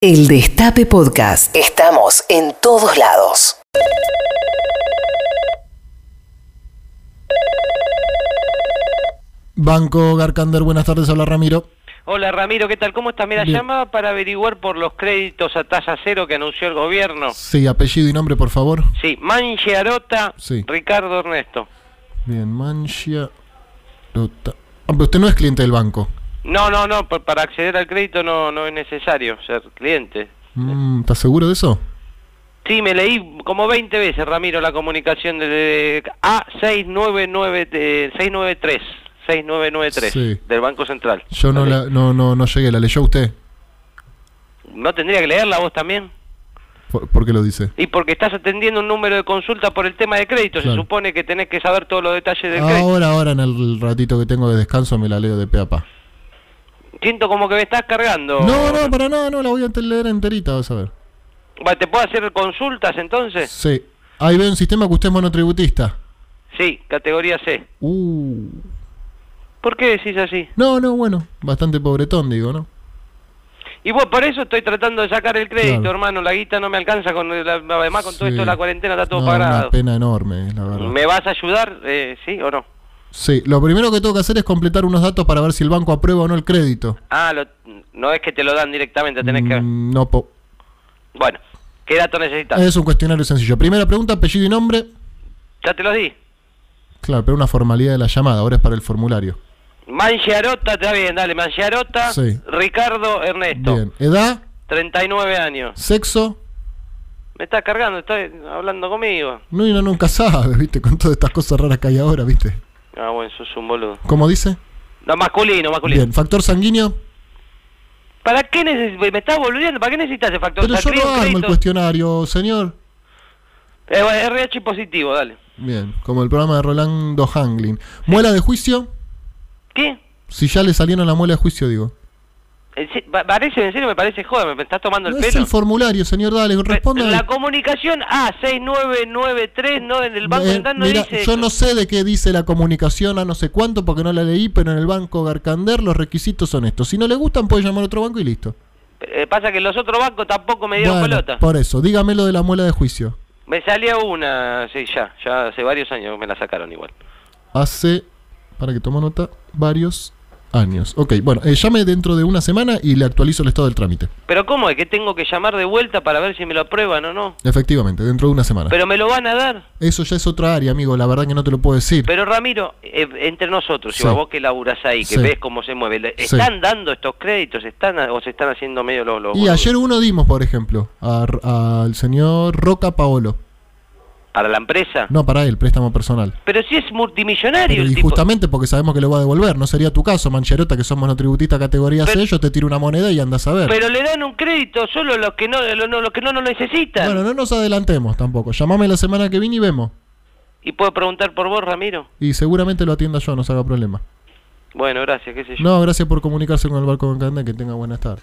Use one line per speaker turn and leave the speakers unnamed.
El Destape Podcast. Estamos en todos lados.
Banco Garcander, buenas tardes, habla Ramiro.
Hola Ramiro, ¿qué tal? ¿Cómo estás? Mira,
Bien.
llamaba para averiguar por los créditos a tasa cero que anunció el gobierno.
Sí, apellido y nombre, por favor.
Sí, Manche Arota,
Sí.
Ricardo Ernesto.
Bien, Mancha. Lota. Ah, pero usted no es cliente del banco.
No, no, no, pa- para acceder al crédito no, no es necesario ser cliente.
Mm, ¿Estás seguro de eso?
Sí, me leí como 20 veces, Ramiro, la comunicación de A699, eh, 693, 6993
Sí.
del Banco Central.
Yo no, la- no, no, no llegué, la leyó usted.
¿No tendría que leerla vos también?
¿Por, por qué lo dice?
Y porque estás atendiendo un número de consulta por el tema de crédito, se
Claro. Ah,
supone que tenés que saber todos los detalles del crédito.
Ahora, ahora, en el ratito que tengo de descanso, me la leo de pe a pa.
Siento como que me estás cargando.
No, no, para nada, no, la voy a leer enterita, vas a ver.
Va, ¿Te puedo hacer consultas entonces?
Sí. Ahí ve un sistema que usted es monotributista.
Sí, categoría C.
Uh.
¿Por qué decís así?
No, no, bueno, bastante pobretón, digo, ¿no?
Y vos por eso estoy tratando de sacar el crédito,
Claro.
hermano. La guita no me alcanza con el- además Ah, con todo
Sí.
esto de la cuarentena está todo
No, Una
pagado.
pena enorme, la verdad.
¿Me vas a ayudar? Eh, ¿Sí o no?
Sí, lo primero que tengo que hacer es completar unos datos para ver si el banco aprueba o no el crédito.
Ah, lo- no es que te lo dan directamente, tenés que...
Mm, Eh. No, po-
Bueno, ¿qué dato necesitas?
es un cuestionario sencillo. Primera pregunta, apellido y nombre.
Ya te los di.
Claro, pero una formalidad de la llamada, ahora es para el formulario.
Mangiarota, está bien, dale, Mangiarota,
Sí.
Ricardo Ernesto,
Bien, edad,
39 años.
sexo,
Me estás cargando, estás hablando conmigo.
no, y uno nunca sabe, ¿viste? Con todas estas cosas raras que hay ahora, ¿viste?
Ah, bueno, sos un boludo.
¿Cómo dice?
No, masculino, masculino.
Bien, factor sanguíneo.
¿Para qué necesitas? ¿Me estás volviendo? ¿Para qué necesitas ese factor?
Pero yo
Sacrío,
no armo el
crédito.
cuestionario, señor.
Eh, bueno, RH positivo, dale.
Bien, como el programa de Rolando Hanglin. Muela de juicio,
¿Qué?
si ya le salieron la muela de juicio, digo.
En se- pa- Parece, en serio, me parece joda, me estás tomando el
No es
pelo.
el formulario, señor, dale, responda.
la comunicación ah, A6993, no, en el Banco
Eh,
Central no
mira,
dice
yo
eso.
no sé de qué dice la comunicación a no sé cuánto porque no la leí, pero en el banco Garcander los requisitos son estos. Si no le gustan, puede llamar a otro banco y listo.
Eh, pasa que los otros bancos tampoco me dieron
Bueno,
pelota.
por eso, dígame lo de la muela de juicio.
Me salía una, sí, ya, ya hace varios años me la sacaron igual.
Hace, para que tomo nota, varios años. Ok, bueno, eh, llame dentro de una semana y le actualizo el estado del trámite.
Pero ¿cómo es que tengo que llamar de vuelta para ver si me lo aprueban o no?
Efectivamente, dentro de una semana.
Pero me lo van a dar.
eso ya es otra área, amigo, la verdad que no te lo puedo decir.
Pero Ramiro, eh, entre nosotros,
Sí.
y vos que laburás ahí, que
Sí.
ves cómo se mueve, le-
Sí.
¿están dando estos créditos están a- o se están haciendo medio los... los
y
boludos?
ayer uno dimos, por ejemplo, a R- al señor Roca Paolo.
¿Para la empresa?
No, para él, préstamo personal.
Pero si es multimillonario
Pero
el
y
tipo.
justamente porque sabemos que lo va a devolver, no sería tu caso, Mancherota, que somos monotributista categoría
Pero-
C, yo te tiro una moneda y andas a ver.
Pero le dan un crédito solo los que no lo, no- los que no lo necesitan.
bueno, no nos adelantemos tampoco. Llamame la semana que viene y vemos.
Y puedo preguntar por vos, Ramiro.
Y seguramente lo atienda yo, no se haga problema.
Bueno, gracias, qué sé yo.
No, gracias por comunicarse con el barco de Canda, que tenga buenas tardes.